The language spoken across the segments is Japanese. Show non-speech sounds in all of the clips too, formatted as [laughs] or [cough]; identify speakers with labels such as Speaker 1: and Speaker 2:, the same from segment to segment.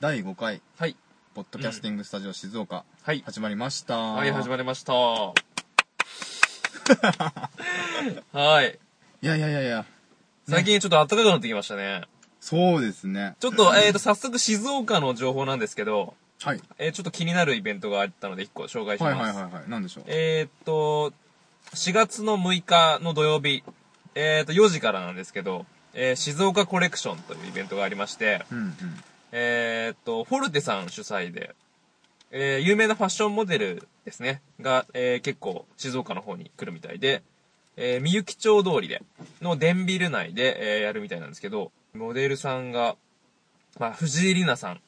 Speaker 1: 第5回
Speaker 2: はい。
Speaker 1: ポッドキャスティングスタジオ静岡、
Speaker 2: はい。
Speaker 1: 始まりました
Speaker 2: はい、始まり
Speaker 1: [laughs]
Speaker 2: ました。はい。
Speaker 1: いやいやいやいや
Speaker 2: 最近ちょっと暖かくなってきましたね。
Speaker 1: そうですね
Speaker 2: ちょっと、えーと、早速静岡の情報なんですけど、
Speaker 1: はい
Speaker 2: えーちょっと気になるイベントがあったので、一個紹介し
Speaker 1: は
Speaker 2: ま
Speaker 1: い
Speaker 2: す。
Speaker 1: はいはいはいなんでしょう
Speaker 2: えーと、4月の6日の土曜日、えーと、4時からなんですけど、えー静岡コレクションというイベントがありまして、
Speaker 1: うんうん
Speaker 2: えーっと、フォルテさん主催で、えー有名なファッションモデルですね、が、えー結構静岡の方に来るみたいで、えーみゆき町通りで、のデンビル内で、えーやるみたいなんですけど、モデルさんが、まあ、藤井里奈さん、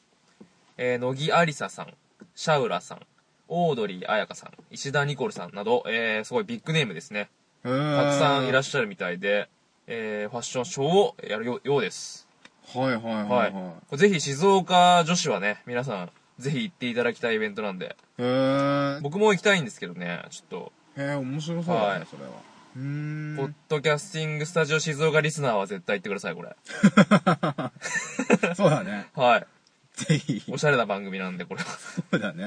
Speaker 2: えー、乃木ありささん、シャウラさん、オードリー彩香さん、石田ニコルさんなど、えーすごいビッグネームですね。たくさんいらっ
Speaker 1: し
Speaker 2: しゃるみたいで、えーファッションショーをやるよようです。
Speaker 1: ゃはいはいはいは、
Speaker 2: はい。
Speaker 1: はい
Speaker 2: ぜひ静岡女子はね、皆さん、ぜひ行っていただきたいイベントなんで。
Speaker 1: へー
Speaker 2: 僕も行きたいんですけどね、ちょ
Speaker 1: へえ面白そうだね、
Speaker 2: はい
Speaker 1: それはうー
Speaker 2: っと、ポ
Speaker 1: ん
Speaker 2: ッドキャスティングスタジオ静岡リスナーは絶対行ってください、これ。
Speaker 1: [laughs] そうだね
Speaker 2: はい。
Speaker 1: ぜひ
Speaker 2: おしゃれな番組なんで、これは。
Speaker 1: そうだね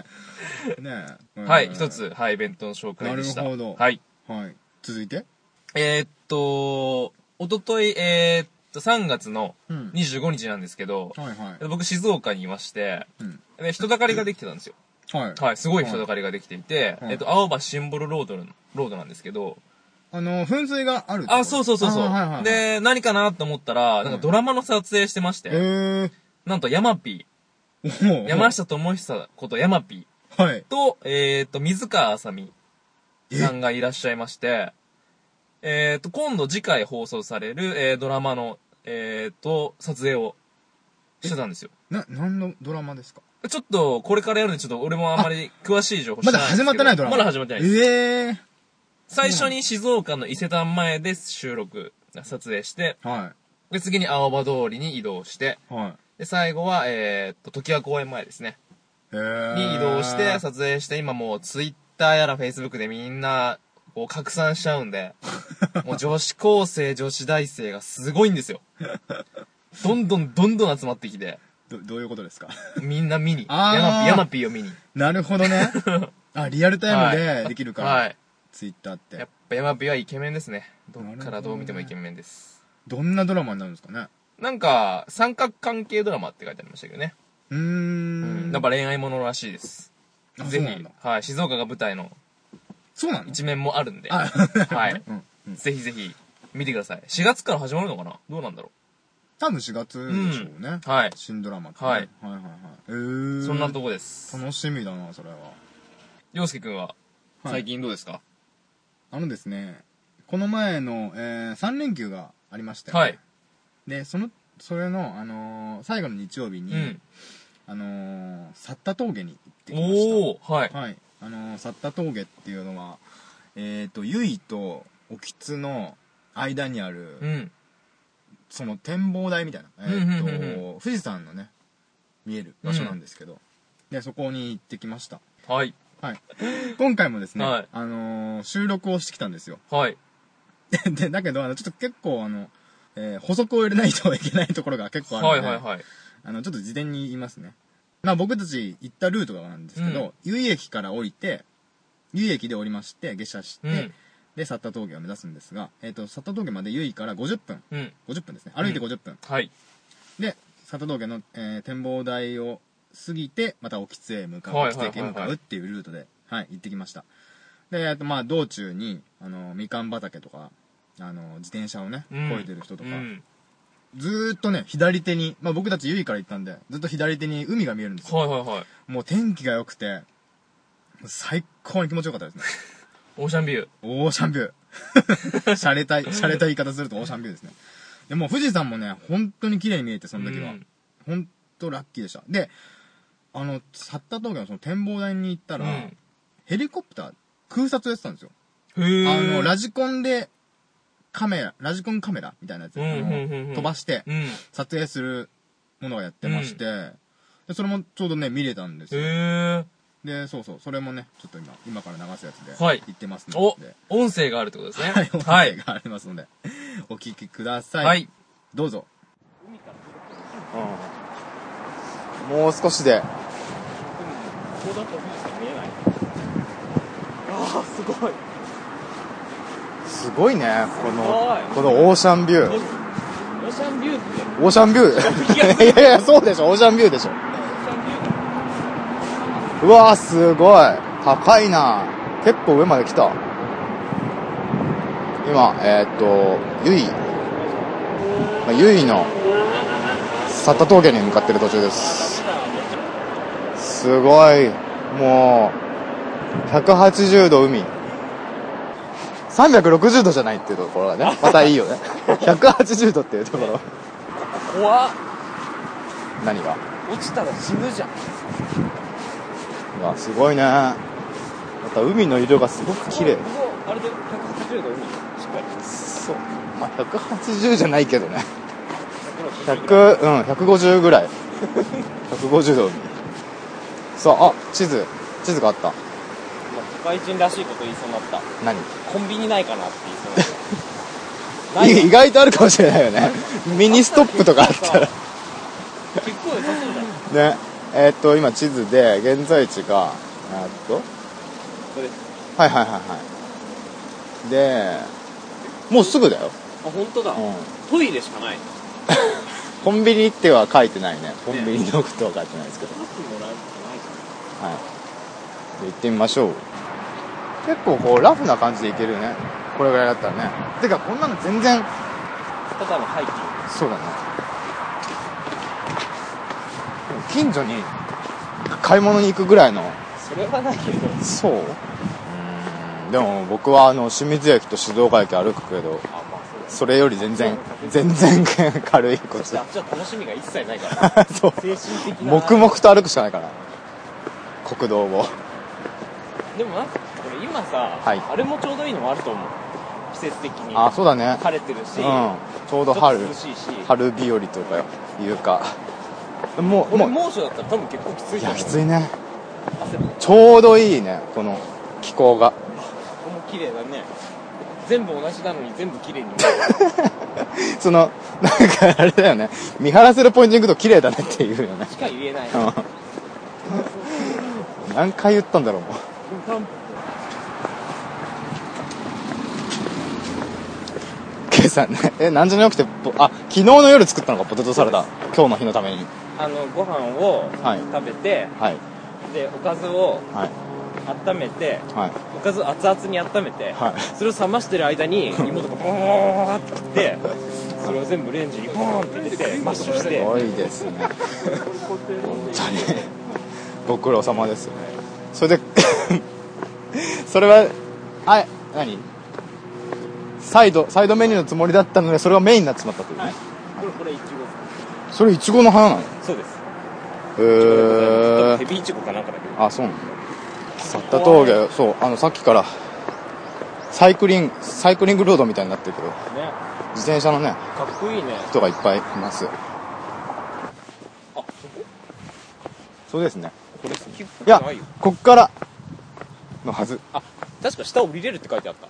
Speaker 1: ねえうん
Speaker 2: はい、一つ、はい、イベントの紹介でした。
Speaker 1: なるほど
Speaker 2: はい。
Speaker 1: はい続いて
Speaker 2: えー、っと、おととい、えー、っと、3月の
Speaker 1: うん
Speaker 2: 25日なんですけど、
Speaker 1: はいはい
Speaker 2: 僕静岡にいまして、
Speaker 1: うん
Speaker 2: で人だかりができてたんですよ。
Speaker 1: はい
Speaker 2: はい、すごい人だかりができていて、
Speaker 1: うん
Speaker 2: えっと、青葉シンボルロードの、ロードなんですけど、
Speaker 1: あの噴水があるってこと
Speaker 2: あ、そうそうそうそう、
Speaker 1: あはいはいはい
Speaker 2: で、何かなと思ったら、なんかドラマの撮影してまして、
Speaker 1: え
Speaker 2: なんとヤマピ
Speaker 1: ー、も
Speaker 2: ー、
Speaker 1: う
Speaker 2: 山下智久ことヤマピ
Speaker 1: はい
Speaker 2: ーと、えっ、と、水川あさみさんがいらっしゃいまして、えっ、と、今度次回放送される、えードラマの、えっ、と、撮影をしてたんですよ。
Speaker 1: な何のドラマですか
Speaker 2: ちょっと、これからやるんで、ちょっと俺もあんまり詳しい情報知
Speaker 1: まだ
Speaker 2: らないんで
Speaker 1: 始
Speaker 2: すけど
Speaker 1: まってないドラマ
Speaker 2: まだ始まってないです。
Speaker 1: ええ
Speaker 2: 最初に静岡の伊勢丹前で収録、撮影して、
Speaker 1: は
Speaker 2: で、次に青葉通りに移動して、
Speaker 1: いはい
Speaker 2: で、最後は、えーっと、時は公園前ですね。
Speaker 1: えー
Speaker 2: に移動して、撮影して、今もう、ツイッターやらフェイスブックでみんな、こう、拡散しちゃう
Speaker 1: [laughs]
Speaker 2: んで、もう女子高生、女子大生がすごいんですよ。どんどん、どんどん集まってきて、
Speaker 1: どどういうことですか [laughs]
Speaker 2: みんな見に。
Speaker 1: あー
Speaker 2: ヤマピー、ヤマピーを見に。
Speaker 1: なるほどねあリアルタイムでできるから、
Speaker 2: はい。
Speaker 1: ツイッターって
Speaker 2: やっぱヤマピーはイケメンですね。どっ
Speaker 1: なるほ
Speaker 2: か
Speaker 1: どね
Speaker 2: らどう見てもイケメンです。
Speaker 1: どんなドラマになるんですかね
Speaker 2: なんか、三角関係ドラマって書いてありましたけどね。
Speaker 1: うーん
Speaker 2: やっぱ恋愛ものらしいです。
Speaker 1: あ
Speaker 2: ぜ
Speaker 1: そうなん
Speaker 2: ひ
Speaker 1: だ、
Speaker 2: はい、静岡が舞台の
Speaker 1: そうなの
Speaker 2: 一面もあるんで、 [laughs]
Speaker 1: あ
Speaker 2: はい、
Speaker 1: うんうん
Speaker 2: ぜひぜひ見てください。4月から始まるのかなどうなんだろ
Speaker 1: 多分4月でしょうね、
Speaker 2: う。はい、
Speaker 1: 新ドラマってね、
Speaker 2: はい
Speaker 1: はいはいはいえー、
Speaker 2: そんなとこです。
Speaker 1: 楽しみだなそれは
Speaker 2: 洋介くんは、
Speaker 1: はい
Speaker 2: 最近どうですか
Speaker 1: あのですねこの前の、え3連休がありましたよね
Speaker 2: はい、
Speaker 1: でそのそれの、あのー最後の日曜日
Speaker 2: う
Speaker 1: に、
Speaker 2: ん。
Speaker 1: あのー、サッタ峠に行ってきまし
Speaker 2: おー、はい
Speaker 1: た。はいあのー、サッタ峠っていうのはえっ、と由比と興津の間にある、
Speaker 2: うん。
Speaker 1: その展望台みたいな、え
Speaker 2: うんうん
Speaker 1: ー
Speaker 2: う
Speaker 1: と富士山のね見える場所なんですけど、でそこに行ってきました
Speaker 2: はい、
Speaker 1: 今回もですね、
Speaker 2: はい
Speaker 1: あのー収録をしてきたんですよ [laughs]
Speaker 2: はい。
Speaker 1: でだけどあのちょっと結構あの、えー補足を入れないといけないところが結構あるの
Speaker 2: は
Speaker 1: で
Speaker 2: い、、はい、はい。
Speaker 1: あの、ちょっと事前に言いますね。まあ僕たち行ったルートがなんですけど、由比駅から降りて、由比駅で降りまして、下車して、
Speaker 2: うん、
Speaker 1: で、サッタ峠を目指すんですが、えっ、と、サッタ峠まで由比から50分、
Speaker 2: うん。
Speaker 1: 50分ですね。歩いて50分。
Speaker 2: はい、
Speaker 1: で、サッタ峠の、えー展望台を過ぎて、また興津へ向かう、
Speaker 2: はい
Speaker 1: 興津駅へ向かうっていうルートで、はい、行ってきました。で、えっと、まあ道中に、あの、みかん畑とか、あの、自転車をね、
Speaker 2: うん
Speaker 1: こいでる人と
Speaker 2: う
Speaker 1: か、
Speaker 2: ん。
Speaker 1: ずーっとね、左手に、まあ僕たち由比から行ったんで、ずっと左手に海が見えるんですよ。
Speaker 2: はい、はい、はい。
Speaker 1: もう天気が良くて、もう最高に気持ちよかったですね。
Speaker 2: オーシャンビュー。
Speaker 1: オーシャンビュ
Speaker 2: [laughs]
Speaker 1: ー。洒落た、洒落た言い方するとオーシャンビューですね。でもう富士山もね、本当に綺麗に見えて、その時は。
Speaker 2: うん
Speaker 1: 本当ラッキーでした。で、あの、去った峠のその展望台に行った
Speaker 2: う
Speaker 1: ら、
Speaker 2: ん。
Speaker 1: ヘリコプター、空撮をやってたんですよ。
Speaker 2: へー。
Speaker 1: あの、ラジコンで、カメラ、ラジコンカメラみたいなやつ、
Speaker 2: うん
Speaker 1: あの
Speaker 2: うんうんうん
Speaker 1: 飛ばして、
Speaker 2: うん。へ
Speaker 1: 撮影するものがやってまして、でそれもちょうどね、見れたんですよ。
Speaker 2: ー。
Speaker 1: で、そうそう、それもね、ちょっと今、今から流すやつで、
Speaker 2: はい
Speaker 1: 行ってますの
Speaker 2: お
Speaker 1: で、
Speaker 2: 音声があるってことですね。
Speaker 1: はい、お
Speaker 2: は
Speaker 1: 題
Speaker 2: い。
Speaker 1: がありますので、 [laughs] お聞きください。
Speaker 2: はい。
Speaker 1: どうぞ。もう少しで、
Speaker 3: こうだと富士山見えないああすごい
Speaker 1: すごいね、こ
Speaker 3: のすごい
Speaker 1: このオーシャンビュ
Speaker 3: オ。ーシャンビューって
Speaker 1: オーシャンビュ
Speaker 3: ー
Speaker 1: いやいや、そうでしょ、オーシャンビューでしょ。
Speaker 3: オーシャンビュ
Speaker 1: う
Speaker 3: ーだ
Speaker 1: わー、すごい。高いな結構上まで来た。今、えーっと、ゆい、まあ、ゆいの、サタ峠に向かってる途中です。すごい。もう、180度海。360度じゃないっていうところがね、またいいよね。180度っていうところ。
Speaker 3: 怖っ
Speaker 1: 何が
Speaker 3: 落ちたら死ぬじゃん
Speaker 1: うわ、すごいね。また海の色がすごく綺麗
Speaker 3: こ。こあれで180度海しっかり
Speaker 1: そう。まあ、180じゃないけどね。
Speaker 3: 160
Speaker 1: 100、うん、150ぐらい。150度海。そう、あ、地図。地図があった。
Speaker 3: まあ都会人らしいこと言いそうになった
Speaker 1: 何
Speaker 3: コンビニないかなって言いそうになったない
Speaker 1: い意外とあるかもしれないよね。ミニストップとかあった [laughs] ら。
Speaker 3: 結構良さそうじゃんこ
Speaker 1: ね。えーっと、今地図で、現在地が、えーっと、
Speaker 3: こです
Speaker 1: はいはいはいはい。で、もうすぐだよ。
Speaker 3: あ本当だ、
Speaker 1: うん。
Speaker 3: トイレしかない
Speaker 1: コンビニっては書いてないね。コンビニのことは書いてないですけど。
Speaker 3: パスもらえることないじゃん
Speaker 1: はい。で行ってみましょう。結構こう、ラフな感じでいけるよね。これぐらいだったらね。てか、こんなの全然、
Speaker 3: ただの廃棄
Speaker 1: そうだね。でも近所に、買い物に行くぐらいの、
Speaker 3: それはないけど
Speaker 1: そうでも僕はあの、清水駅と静岡駅歩くけど、
Speaker 3: あまあそうだ
Speaker 1: それより全然、全然軽いこ
Speaker 3: そ
Speaker 1: っ
Speaker 3: し
Speaker 1: ち
Speaker 3: てあ
Speaker 1: だ
Speaker 3: っ。ちは楽しみが一切ないから
Speaker 1: [laughs] そう。
Speaker 3: 精神的な
Speaker 1: 黙々と歩くしかないから。国道を。
Speaker 3: でもなんかこれ今さ、
Speaker 1: はい
Speaker 3: あれもちょうどいいのもあると思う季節的に
Speaker 1: あ、そうだね。
Speaker 3: 晴れてる
Speaker 1: う
Speaker 3: し、
Speaker 1: ん。
Speaker 3: ちょ
Speaker 1: ちょうど
Speaker 3: っと
Speaker 1: 春。
Speaker 3: 涼しいし
Speaker 1: 春日和とかいうかもう
Speaker 3: これ
Speaker 1: もう
Speaker 3: 猛暑だったら多分結構きつい
Speaker 1: い
Speaker 3: と
Speaker 1: や
Speaker 3: 思う
Speaker 1: きついね
Speaker 3: 汗も
Speaker 1: ちょうどいいねこの気候が
Speaker 3: ここも綺麗だね全部同じなのに全部綺麗に見
Speaker 1: その [laughs] なんかあれだよね見晴らせるポイントに行くと綺麗だねっていうよね
Speaker 3: しか言えない
Speaker 1: うん何回言ったんだろうもう今朝ねえ何時に起きてぽあ昨日の夜作ったのかポテトサラダ今日の日のために
Speaker 3: あのご飯を
Speaker 1: はい
Speaker 3: 食べて、
Speaker 1: はい
Speaker 3: でおかずを
Speaker 1: はい
Speaker 3: 温めて
Speaker 1: はい
Speaker 3: おかずを熱々に温めて、
Speaker 1: はい
Speaker 3: それを冷ましてる
Speaker 1: [laughs]
Speaker 3: 間に妹がボーって来てそれを全部レンジにボーンって入れてマッシュし
Speaker 1: す
Speaker 3: て
Speaker 1: ごいですね本当にご苦労様ですそれで [laughs] それはあ何サイドサイドメニューのつもりだったのでそれがメインになってしまったというね、
Speaker 3: これこれいち
Speaker 1: それいちごの花なのへ
Speaker 3: ごそうです
Speaker 1: え
Speaker 3: ヘビイチゴかなんかだけど
Speaker 1: あそうなのサッタ峠そうあのさっきからサイクリングサイクリングロードみたいになってるけど
Speaker 3: ね
Speaker 1: 自転車のね
Speaker 3: かっこいいね
Speaker 1: 人がいっぱいいます
Speaker 3: あそこ
Speaker 1: そうですね
Speaker 3: これ聞
Speaker 1: い
Speaker 3: く
Speaker 1: や
Speaker 3: ないよ
Speaker 1: こっからのはず
Speaker 3: あ確か下降りれるって書いてあった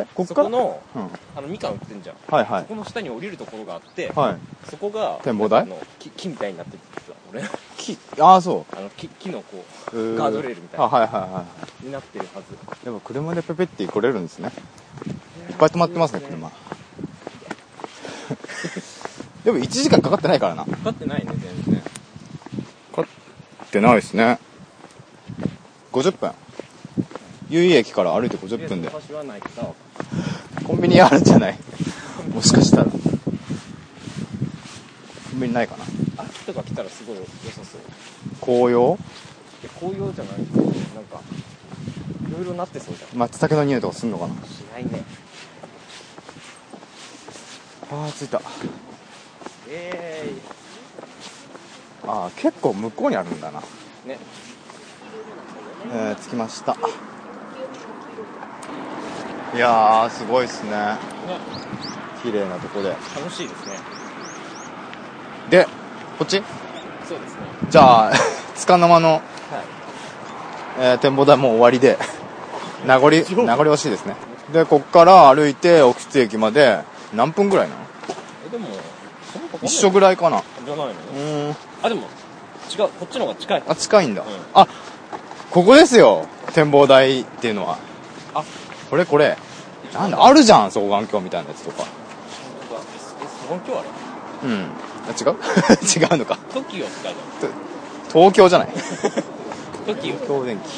Speaker 1: えこっ
Speaker 3: そ
Speaker 1: から
Speaker 3: この
Speaker 1: うん、
Speaker 3: あのみかん売ってんじゃん
Speaker 1: はいは
Speaker 3: そこの下に降りるところがあって、
Speaker 1: いはい
Speaker 3: そこが
Speaker 1: 展望台
Speaker 3: あの木木みたいになってるって言ってた
Speaker 1: 木ああそ
Speaker 3: 俺 [laughs] あの木木のこう
Speaker 1: ううー
Speaker 3: ガードレールみたいな
Speaker 1: あはいはいは
Speaker 3: になってるはず
Speaker 1: いでも車でペペって来れるんですねいっぱい止まってますね車 [laughs] でも1時間かかってないからなか
Speaker 3: かかってないね全然
Speaker 1: かってないですね50分由井駅から歩いて50分で
Speaker 3: とりあえず橋はないけど
Speaker 1: コンビニあるんじゃ
Speaker 3: [laughs]
Speaker 1: ないもしかしたらコンビニないかな
Speaker 3: 秋とか来たらすごい良さそうい
Speaker 1: 紅葉
Speaker 3: や紅葉じゃないけどなんかいろいろなってそうじゃん
Speaker 1: 松茸の匂いとかすんのかな
Speaker 3: しないね
Speaker 1: あー着いた
Speaker 3: え
Speaker 1: あー結構向こうにあるんだな
Speaker 3: ーいね
Speaker 1: えー、着きましたいやーすごいっすね
Speaker 3: ね
Speaker 1: 綺麗なとこで
Speaker 3: 楽しいですね
Speaker 1: でこっち
Speaker 3: そうですね
Speaker 1: じゃあ [laughs] つかの間の
Speaker 3: はい
Speaker 1: えー展望台もう終わりで名残名残惜しいですねでこっから歩いて奥津駅まで何分ぐらいなの
Speaker 3: えでも
Speaker 1: 一緒ぐらいかな
Speaker 3: じゃないの
Speaker 1: うん
Speaker 3: あでも違うこっちの方が近い
Speaker 1: あ近いんだ、
Speaker 3: ん
Speaker 1: あここですよ展望台っていうのは
Speaker 3: あ
Speaker 1: これこれなんだあるじゃん双眼鏡みたいなやつとか
Speaker 3: 本今日あれ
Speaker 1: うんあ違う [laughs] 違うのか
Speaker 3: トキオ使えた
Speaker 1: 東京じゃない
Speaker 3: トキオ
Speaker 1: 東京電機こ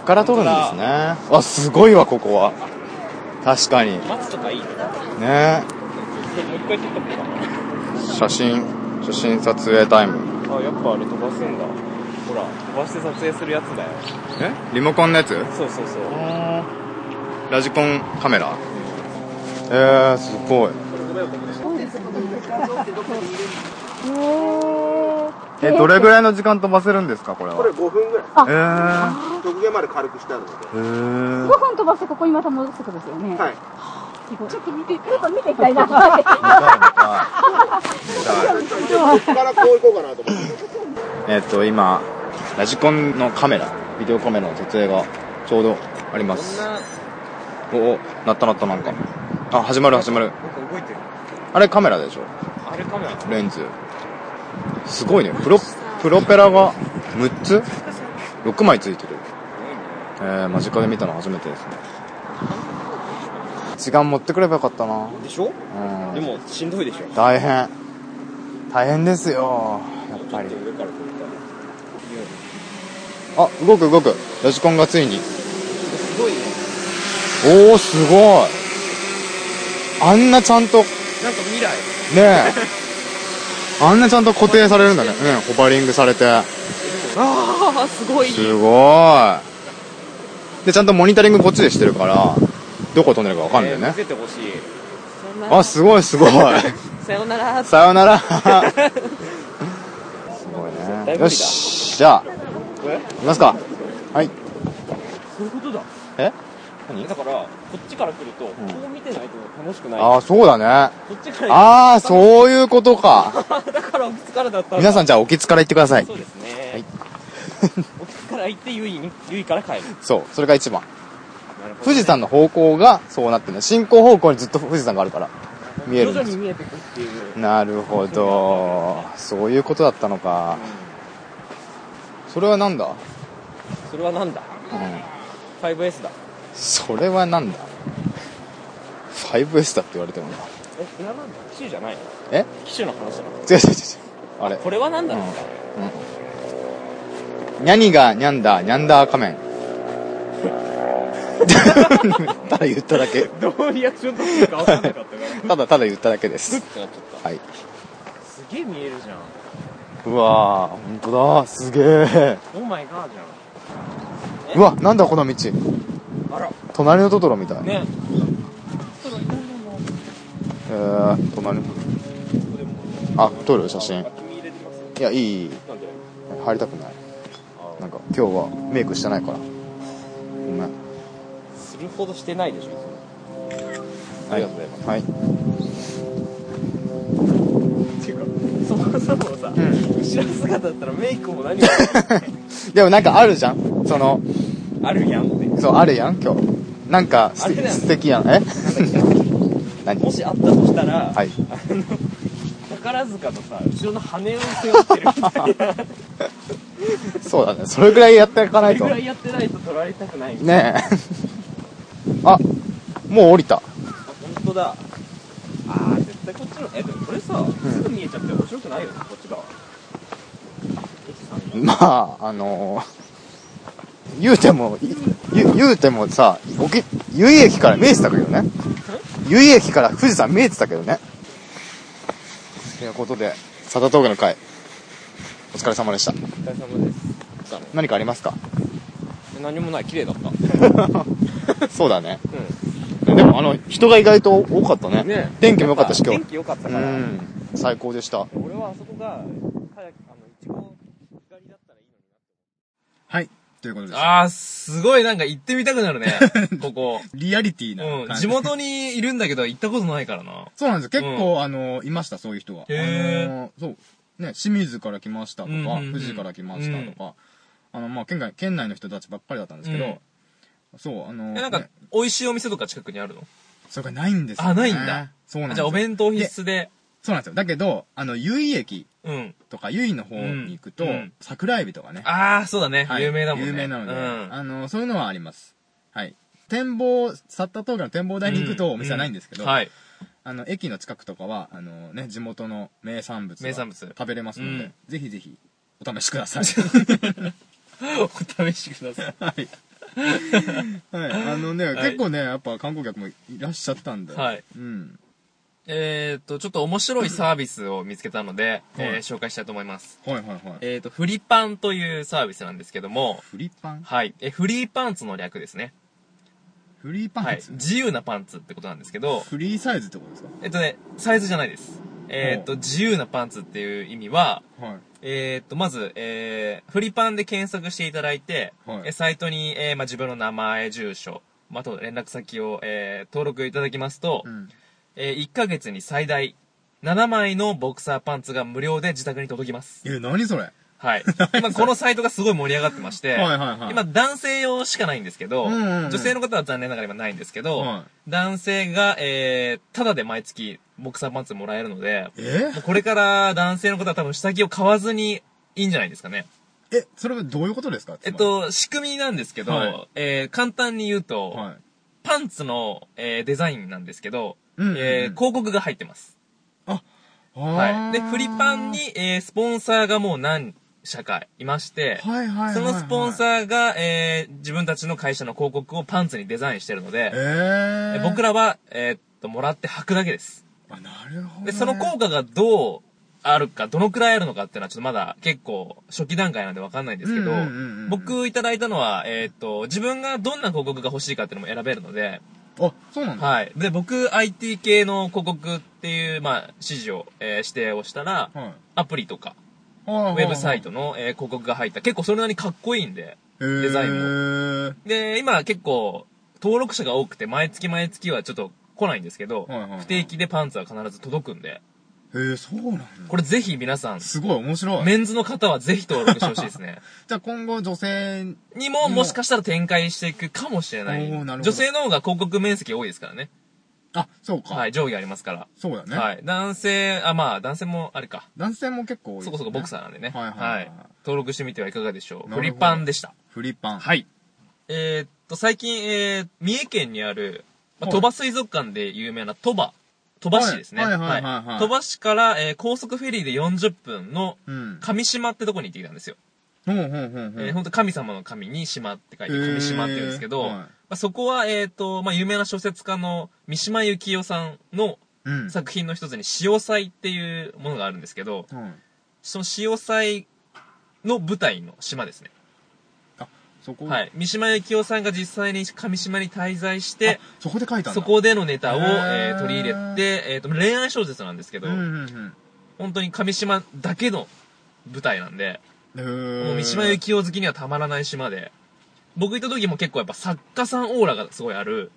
Speaker 1: こから撮るんですねあすごいわここは確かに
Speaker 3: 松とかいいもう
Speaker 1: ね
Speaker 3: 一回撮っとくか
Speaker 1: 写真写真撮影タイム
Speaker 3: あやっぱあれ飛ばすんだほら飛ばして撮影するやつだよ
Speaker 1: えリモコンのやつ
Speaker 3: そうそうそう
Speaker 1: ラジコンカメラえー、すごいえどれぐらいの時間飛ばせるんですかこれは
Speaker 4: これ5分ぐらい
Speaker 1: えー、
Speaker 4: 極限まで軽くしてあるので
Speaker 1: えー
Speaker 5: 5分飛ばしてここにまた戻してくるんですよね。
Speaker 4: はい
Speaker 5: すごいちょっと見て、ちょっと見ていきたいな。は
Speaker 4: ここからこう行こうかなと思って
Speaker 1: えっと今ラジコンのカメラビデオカメラの撮影がちょうどありますおお鳴った鳴ったなんかあ始まる始まる
Speaker 3: なんか動いてる
Speaker 1: あれカメラでしょ
Speaker 3: あれカメラ
Speaker 1: レンズすごいねプロプロペラが6つ6枚ついてるえー、間近で見たの初めてですね時間持ってくればよかったな
Speaker 3: でしょ
Speaker 1: うん
Speaker 3: でもしんどいでしょ
Speaker 1: 大変大変ですよやっぱり
Speaker 3: ちょっと上から撮るから
Speaker 1: あ動く動くラジコンがついに
Speaker 3: すごいね
Speaker 1: おおすごいあんなちゃんとね
Speaker 3: なんか未来
Speaker 1: えあんなちゃんと固定されるんだねうんホバリングされて
Speaker 3: ああすごい
Speaker 1: すごいでちゃんとモニタリングこっちでしてるからどこ飛んでるかわかんないよ
Speaker 3: えー見
Speaker 1: ね、
Speaker 3: せてほしい
Speaker 1: あすごいすごい
Speaker 6: さようなら
Speaker 1: さよならすごいねよしじゃあ
Speaker 3: これ
Speaker 1: 行きますかはい
Speaker 3: そういうことだ
Speaker 1: え何
Speaker 3: だからこっちから来ると、こう見てないと楽しくない
Speaker 1: ああそうだね
Speaker 3: こっちから
Speaker 1: ああそういうことか
Speaker 3: あ [laughs] だから奥津からだったんだ
Speaker 1: 皆さんじゃあおきつから行ってください
Speaker 3: そうですね、
Speaker 1: はい
Speaker 3: 奥津から行って由井に由井から帰る
Speaker 1: そうそれが一番
Speaker 3: なるほど
Speaker 1: 富士山の方向がそうなってるの進行方向にずっと富士山があるから見える
Speaker 3: 徐
Speaker 1: ん
Speaker 3: 々
Speaker 1: で
Speaker 3: に
Speaker 1: す
Speaker 3: 見えてくっていう
Speaker 1: なるほどそういうことだったのかそれはなんだ、
Speaker 3: それはなんだ
Speaker 1: うん、
Speaker 3: 5S だ
Speaker 1: それはなんだ 5S だって言われてもな
Speaker 3: えそれはなんだ機種じゃないの
Speaker 1: え
Speaker 3: 機種の話だな
Speaker 1: 違う違う違う違うあれ
Speaker 3: これはなんだろう
Speaker 1: ニャニがニャンダーニャンダー仮面ただ言っただけ
Speaker 3: どうリアクション取ってるか分かんなかったから
Speaker 1: ただただ言っただけで
Speaker 3: スッ
Speaker 1: す
Speaker 3: てなっちゃっ
Speaker 1: はい
Speaker 3: たすげえ見えるじゃん
Speaker 1: うわー本当だすげえ
Speaker 3: オーマイガーじ
Speaker 1: うわなんだこの道
Speaker 3: ゃんあら
Speaker 1: 隣のトトロみたい
Speaker 3: ね
Speaker 1: えー、隣あ撮る写真
Speaker 3: 君入れてます
Speaker 1: いやいいいい
Speaker 3: なんで
Speaker 1: 入りたくないなんか今日はメイクしてないからごめん
Speaker 3: するほどしてないでしょありがとうございます
Speaker 1: はい
Speaker 3: っていうかそもそもさ、後ろ姿だったらメイクも何も [laughs]
Speaker 1: でもなんかあるじゃんその
Speaker 3: あるやんって
Speaker 1: そうあるやん今日なんかす
Speaker 3: あれだよ
Speaker 1: 素敵やんえ
Speaker 3: なんだっけ
Speaker 1: 何
Speaker 3: もしあったとしたら、
Speaker 1: はい
Speaker 3: あの宝塚のさ後ろの羽を背負ってるみたいなそ
Speaker 1: そうだねそれぐらいやっていかな
Speaker 3: れ
Speaker 1: いと
Speaker 3: ぐら
Speaker 1: ね
Speaker 3: いやってないと取られたくないみたいな、
Speaker 1: えあもう降りた
Speaker 3: あ本当だあー絶対こっちのえでもこれさ、すぐ見えちゃって面白くないよねこっち側
Speaker 1: まああのー、言うてもい言う言うてもさおき由井駅から見えてたけどね由井駅から富士山見えてたけどねということで佐田峠の会お疲れ様でした
Speaker 3: お疲れ様ですだね
Speaker 1: 何かありますか
Speaker 3: 何もない綺麗だった
Speaker 1: そうだねでもあの人が意外と多かったね
Speaker 3: ね
Speaker 1: 天気も良かったし今
Speaker 3: 天
Speaker 1: 日
Speaker 3: 気良かった
Speaker 1: う
Speaker 3: から、
Speaker 1: ん最高でした
Speaker 3: 俺はあそこが早くあのいちご光りだったらいいのにな
Speaker 7: はい。ということです。
Speaker 2: あー、すごいなんか行ってみたくな
Speaker 1: [laughs]
Speaker 2: るね。ここ。
Speaker 7: リアリティな
Speaker 2: うん。
Speaker 7: 感
Speaker 2: 地
Speaker 7: じ。
Speaker 2: 元にいるんだけど行ったことないからな。
Speaker 7: そうなんです。結構、あの、いました、そういう人は。あ
Speaker 2: へー
Speaker 7: の、そう。ね、清水から来ましたとか、
Speaker 2: うんうんうん
Speaker 7: 富士から来ましたとか、
Speaker 1: あの、まあ、県外、県内の人たちばっかりだったんですけど、そう、あの、
Speaker 2: え、なんか
Speaker 1: ね、
Speaker 2: 美味しいお店とか近くにあるの
Speaker 1: それがないんですよ、ね。
Speaker 2: あないんだ。
Speaker 1: そうなんです
Speaker 2: じゃあ
Speaker 1: よ
Speaker 2: お弁当必須で、
Speaker 1: そうなんですよ。だけど、あの、由井駅
Speaker 2: うん。
Speaker 1: とか、由井の方に行くと、
Speaker 2: うんうん
Speaker 1: 桜エビとかね。
Speaker 2: ああ、そうだね、
Speaker 1: はい
Speaker 2: 有名だもんね。
Speaker 1: 有名なので、
Speaker 2: うん。
Speaker 1: あの、そういうのはあります。はい。展望、去った峠の展望台に行くとお店はないんですけど、
Speaker 2: うんはい。
Speaker 1: あの、駅の近くとかは、あのね、地元の名産物が
Speaker 2: 名産物
Speaker 1: 食べれますので、
Speaker 2: うん
Speaker 1: ぜひぜひ、お試しください。
Speaker 2: [laughs] [laughs] お試しください。
Speaker 1: はい。はい。あのね、
Speaker 2: はい
Speaker 1: 結構ね、やっぱ観光客もいらっしゃったんで。
Speaker 2: はい。
Speaker 1: うん。
Speaker 2: えっと、ちょっと面白いサービスを見つけたので、えー紹介したいと思います。
Speaker 1: はいはいはい。
Speaker 2: えっと、フリパンというサービスなんですけども、
Speaker 1: フリパン
Speaker 2: はい。え、フリーパンツの略ですね。
Speaker 1: フリーパ
Speaker 2: は
Speaker 1: ン
Speaker 2: い
Speaker 1: ツ、。
Speaker 2: 自由なパンツってことなんですけど、
Speaker 1: フリーサイズってことですか
Speaker 2: えっとね、サイズじゃないです。えっと、自由なパンツっていう意味は、
Speaker 1: はい。
Speaker 2: えーっと、まず、えー、フリパンで検索していただいて、
Speaker 1: はい
Speaker 2: えサイトに、えーまあ、自分の名前、住所、まあ、あと連絡先を、えー登録いただきますと、
Speaker 1: うん。
Speaker 2: えー1ヶ月に最大7枚のボクサーパンツが無料で自宅に届きます。
Speaker 1: え、何それは
Speaker 2: はい。今このサイトがすごい盛り上がってまして、
Speaker 1: いはいはい。
Speaker 2: 今男性用しかないんですけど、
Speaker 1: うんうんうん
Speaker 2: 女性の方は残念ながら今ないんですけど、
Speaker 1: は
Speaker 2: 男性が、えー、ただで毎月ボクサーパンツもらえるので、
Speaker 1: え
Speaker 2: これから男性の方は多分下着を買わずにいいんじゃないですかね。
Speaker 1: え、それはどういうことですか
Speaker 2: えっ、と、仕組みなんですけど、
Speaker 1: はい
Speaker 2: えー簡単に言うと、
Speaker 1: つまりはい。
Speaker 2: パンツの、えーデザインなんですけど、
Speaker 1: うんうんうん
Speaker 2: えー広告が入ってます。は
Speaker 1: あー
Speaker 2: い。で、フリパンに、、えースポンサーがもう何社かいまして、
Speaker 1: はいはいはいはい。
Speaker 2: そのスポンサ
Speaker 1: ー、
Speaker 2: ーが、えー自分たちの会社の広告をパンツにデザインしてるので、
Speaker 1: え
Speaker 2: え
Speaker 1: ー、
Speaker 2: 僕らは、えーっと、もらって履くだけです。
Speaker 1: あ、なるほどね。
Speaker 2: で、その効果がどうあるか、どのくらいあるのかっていうのはちょっとまだ結構初期段階なんでわかんないんですけど
Speaker 1: うんうんうんうん、
Speaker 2: 僕いただいたのは、えーっと、自分がどんな広告が欲しいかっていうのも選べるので、
Speaker 1: あ、そうなんだ。
Speaker 2: はい。で、僕 IT 系の広告っていう、まあ、指示を、えー指定をしたら、
Speaker 1: はい。
Speaker 2: アプリとか、
Speaker 1: あー
Speaker 2: ウェブサイ。ト
Speaker 1: は
Speaker 2: の、えー広告が入った、結構それなりにかっこいいんで、
Speaker 1: いはい
Speaker 2: デザインも
Speaker 1: へー
Speaker 2: で、今結構、登録者が多くて、毎月毎月はちょっと来ないんですけど、
Speaker 1: はいはいはい
Speaker 2: 不定期でパンツは必ず届くんで、
Speaker 1: へーそうなんだ。
Speaker 2: これぜひ皆さん、
Speaker 1: すごい面白い。
Speaker 2: メンズの方はぜひ登録してほしいで
Speaker 1: [laughs]
Speaker 2: すね。
Speaker 1: じゃあ今後女性、
Speaker 2: にも、もしかしたら展開していくかもしれない。
Speaker 1: おーなるほど
Speaker 2: 女性の方が広告面積多いですからね。
Speaker 1: あ、そうか。
Speaker 2: はい、上下ありますから。
Speaker 1: そうだね。
Speaker 2: はい。男性、あ、まあ、男性もあれか。
Speaker 1: 男性も結構多い、
Speaker 2: そこそこボクサーなんでね。
Speaker 1: はいはいはい
Speaker 2: 登録してみてはいかがでしょう。
Speaker 1: なるほど
Speaker 2: フリパンでした。
Speaker 1: フリパン。い。
Speaker 2: い。えーっと、最近、えー、三重県にある、まあ、
Speaker 1: はい
Speaker 2: 鳥羽水族館で有名な鳥羽、鳥羽市ですね。
Speaker 1: はいはいはいはいはい
Speaker 2: 鳥羽市から、えー高速フェリーで40分の
Speaker 1: うん。
Speaker 2: 上島ってとこに行ってきたんですよ。
Speaker 1: ほうほうほうほう。
Speaker 2: えー、本当神様の神に島って書いて、
Speaker 1: へー
Speaker 2: 神島って言うんですけど、
Speaker 1: はい
Speaker 2: まあ、そこは、えーっと、まあ、有名な小説家の三島由紀夫さんの
Speaker 1: うん。
Speaker 2: 作品の一つに潮祭っていうものがあるんですけど、
Speaker 1: はい。
Speaker 2: その潮祭の舞台の島ですね。
Speaker 1: そこ、
Speaker 2: はい。三島由紀夫さんが実際に上島に滞在して
Speaker 1: あ、、そこで書いたんだ。
Speaker 2: そこでのネタ
Speaker 1: へ
Speaker 2: を、
Speaker 1: ー
Speaker 2: えー取り入れて、えーと、恋愛小説なんですけど、
Speaker 1: うんうん
Speaker 2: 本当に上島だけの舞台なんで、
Speaker 1: うん。へー
Speaker 2: もう三島由紀夫好きにはたまらない島で、僕行った時も結構やっぱ作家さんオーラがすごいある、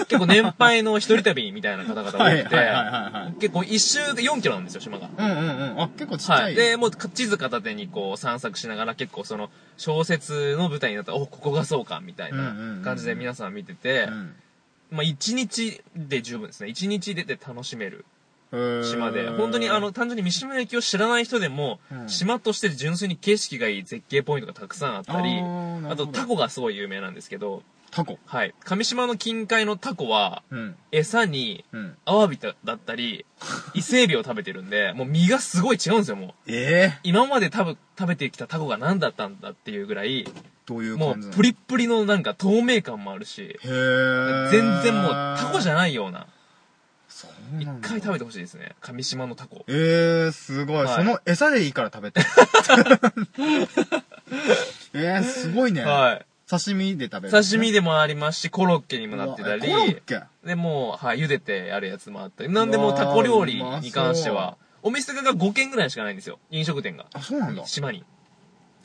Speaker 2: 結構年配の一人旅みたいな方々
Speaker 1: は
Speaker 2: 多
Speaker 1: い [laughs]
Speaker 2: く
Speaker 1: はいはいはいはい
Speaker 2: て、結構一周4キロなんですよ、島が。
Speaker 1: うんうんうん。あ、結構ちっちゃい。
Speaker 2: はい。で、もう地図片手にこう散策しながら結構その小説の舞台になったら、お、ここがそうか、みたい
Speaker 1: うんうんうんう
Speaker 2: なん感じで皆さん見てて、
Speaker 1: うん、
Speaker 2: まあ一日で十分ですね。一日出て楽しめる
Speaker 1: へー
Speaker 2: 島で、本当にあの、、単純に三島駅を知らない人でも、
Speaker 1: うん
Speaker 2: 島として純粋に景色がいい絶景ポイントがたくさんあったり、
Speaker 1: ーな
Speaker 2: あ
Speaker 1: るほ
Speaker 2: と
Speaker 1: ど
Speaker 2: タコがすごい有名なんですけど、
Speaker 1: タコ。
Speaker 2: はい。上島の近海のタコは、
Speaker 1: うん。
Speaker 2: 餌に、
Speaker 1: うん。
Speaker 2: アワビだっ
Speaker 1: [laughs]
Speaker 2: たり、伊勢海老を食べてるんで、もう身がすごい違うんですよ、もう。
Speaker 1: ええ
Speaker 2: 今まで多分食べてきたタコが何だったんだっていうぐらい、
Speaker 1: どういう
Speaker 2: も
Speaker 1: 感じ
Speaker 2: う
Speaker 1: なの
Speaker 2: プリップリのなんか透明感もあるし、
Speaker 1: へー
Speaker 2: 全然もうタコじゃないような、
Speaker 1: そう
Speaker 2: 一
Speaker 1: なんだ
Speaker 2: 回食べてほしいですね。上島のタコ。
Speaker 1: ええー、すごい,、
Speaker 2: はい
Speaker 1: その餌でいいから食べ
Speaker 2: [laughs]
Speaker 1: て。ええー、すごいね。
Speaker 2: はい。
Speaker 1: 刺身で食べる、
Speaker 2: 刺身
Speaker 1: で
Speaker 2: でもありますし、コロッケにもなってた
Speaker 1: コロッ
Speaker 2: り、
Speaker 1: ケ。
Speaker 2: で、もう、はい、茹でてやるやつもあったり、なんでもうタコ料理に関して
Speaker 1: うわーうま
Speaker 2: は、お店が5軒ぐらいしかないんですよ。飲食店が。
Speaker 1: あ、そうなんだ。
Speaker 2: 島に。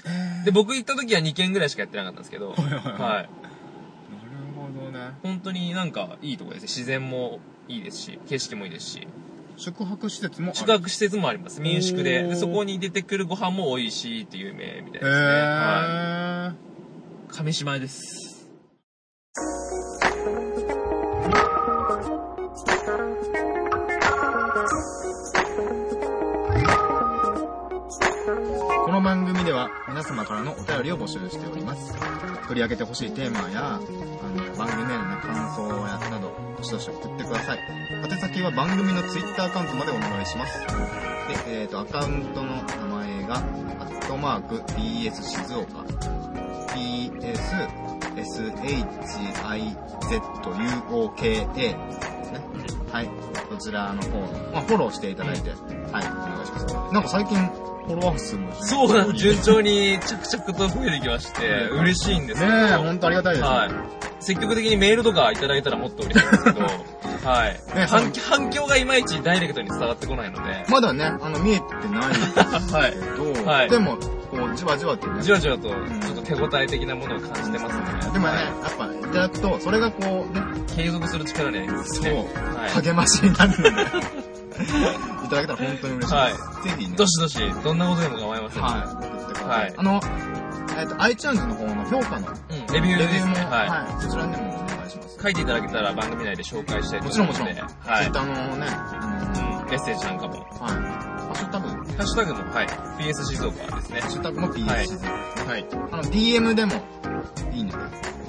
Speaker 1: えー
Speaker 2: で、僕行った時は2軒ぐらいしかやってなかったんですけど、
Speaker 1: はいはいはい
Speaker 2: はい。
Speaker 1: なるほどね。
Speaker 2: 本当になんかいいとこですね。自然もいいですし、景色もいいですし。
Speaker 1: 宿泊施設もある
Speaker 2: 宿泊施設もあります。民宿で。でそこに出てくるご飯も美味しいっていう有名みたいですね。は
Speaker 1: へー
Speaker 2: い。亀島です。
Speaker 1: この番組では皆様からのお便りを募集しております取り上げてほしいテーマやあの番組への、ね、感想やなどどしどし送ってください宛先は番組の Twitter アカウントまでお願いしますで、えー、とアカウントの名前がアットマーク BS 静岡 BSSHIZUOKA ですねはいこちらの方、まあ、フォローしていただいて、はい、お願いします。なんか最近、フォロワー数も
Speaker 2: そうなんです順調に着々と増えてきまして、嬉しいんですけど。
Speaker 1: ねえ、本当ありがたいです。
Speaker 2: はい。積極的にメールとかいただいたらもっと嬉しいんですけ [laughs] ど、はい。
Speaker 1: ね
Speaker 2: 反反響がいまいちダイレクトに伝わってこないので、
Speaker 1: まだね、あの、見えてない
Speaker 2: はい。
Speaker 1: けど、
Speaker 2: [laughs] はい
Speaker 1: でも、こう、じわじわってね。
Speaker 2: じわじわと、ちょっと手応え的なものを感じてますね。
Speaker 1: でもね、
Speaker 2: はい
Speaker 1: やっぱ、いただくと、それがこう、ね、
Speaker 2: 継続する力ね。
Speaker 1: そう、
Speaker 2: はい。
Speaker 1: 励ましにな
Speaker 2: [laughs]
Speaker 1: るので、いただけたら本当に嬉しいです。ぜひね、
Speaker 2: どしどし、どんなことでも構いません。
Speaker 1: はい、送ってください。
Speaker 2: はい
Speaker 1: あの、えっ、と、iTunes の方の評価の
Speaker 2: うん、レビュ
Speaker 1: レビュ
Speaker 2: ーです
Speaker 1: ーも、
Speaker 2: ね。は
Speaker 1: はい、そちらにもお願いします。
Speaker 2: い。書いていただけたら番組内で紹介したいと
Speaker 1: も
Speaker 2: 思
Speaker 1: ち
Speaker 2: い
Speaker 1: ろんも
Speaker 2: ます
Speaker 1: ちろん、
Speaker 2: ので、はい。
Speaker 1: Twitter のね、
Speaker 2: うんメッセージなんかも。
Speaker 1: うん、はい、ハッシュタグ、ハ
Speaker 2: ハッシュタグも、はい。PS 静岡ですね。
Speaker 1: ッシュタグも PS
Speaker 2: はい
Speaker 1: ですね。はい。あの、DM でもいいので、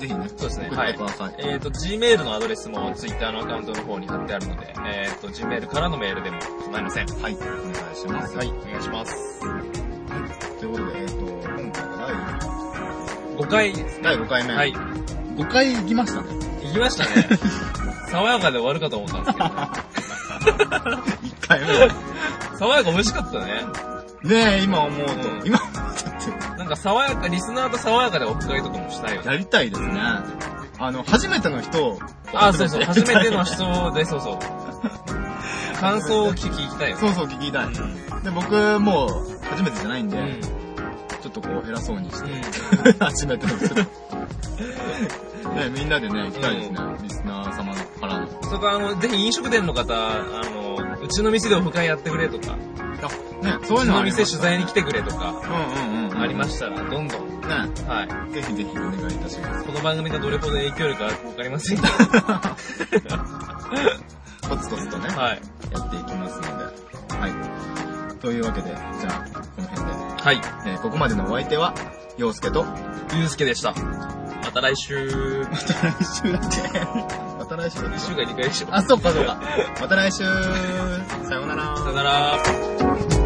Speaker 1: ぜひね、
Speaker 2: そうですね
Speaker 1: 送ってください。
Speaker 2: えっ、と、Gmail のアドレスも Twitter のアカウントの方に貼ってあるので、えっ、と、Gmail からのメールでも構いません。
Speaker 1: はい、お願いします。
Speaker 2: はい、お願いします。
Speaker 1: ということで、えっ、と、今回は
Speaker 2: 5回ですね。
Speaker 1: 第5回目。
Speaker 2: はい。
Speaker 1: 5回行きましたね。
Speaker 2: 行きました
Speaker 1: [laughs]
Speaker 2: ね。爽やかで終わるかと思ったんですけど、ね、
Speaker 1: 1回目。
Speaker 2: 爽やか美味しかったね。
Speaker 1: ねえ、今思うと、
Speaker 2: うん
Speaker 1: 今、
Speaker 2: なんか爽やか、リスナーと爽やかでオフ会とかもしたいよね。
Speaker 1: やりたいですね。あの、初めての人を、
Speaker 2: あ、そうそう、 [laughs] 初めての
Speaker 1: 人。
Speaker 2: 人で、そう
Speaker 1: [laughs]
Speaker 2: そう。感想を聞き行きたいよね。
Speaker 1: そうそう、聞きたい。で、僕、もう、初めてじゃないんで、
Speaker 2: うん。うん。
Speaker 1: ちょっとこう、偉そうにして、
Speaker 2: うん
Speaker 1: [laughs] 初めての人。ねみんなでね、行きたいですね。リスナー様からの。
Speaker 2: そこは、あの、ぜひ飲食店の方、あの、うちの店でオフ会やってくれとか、
Speaker 1: あ、ね、そう
Speaker 2: う
Speaker 1: いうの
Speaker 2: ちの
Speaker 1: ありま
Speaker 2: 店
Speaker 1: す
Speaker 2: 取材に来てくれとか、
Speaker 1: うんうんうん。
Speaker 2: ありましたら、どんどん、
Speaker 1: ね、
Speaker 2: はい。
Speaker 1: ぜひぜひお願いいたします。
Speaker 2: この番組がどれほど影響力あるかわかりませんけど、
Speaker 1: コツコツとね、
Speaker 2: はい。
Speaker 1: やっていきますので。はい。というわけで、じゃあ、この辺で。
Speaker 2: はい。
Speaker 1: えーここまでのお相手は、陽介と、
Speaker 2: ゆうすけでした。また来週。
Speaker 1: また来週だって。また来週
Speaker 2: 一週間2回でしょ。
Speaker 1: あ、そっかそっか。また来週。さようなら
Speaker 2: さよなら。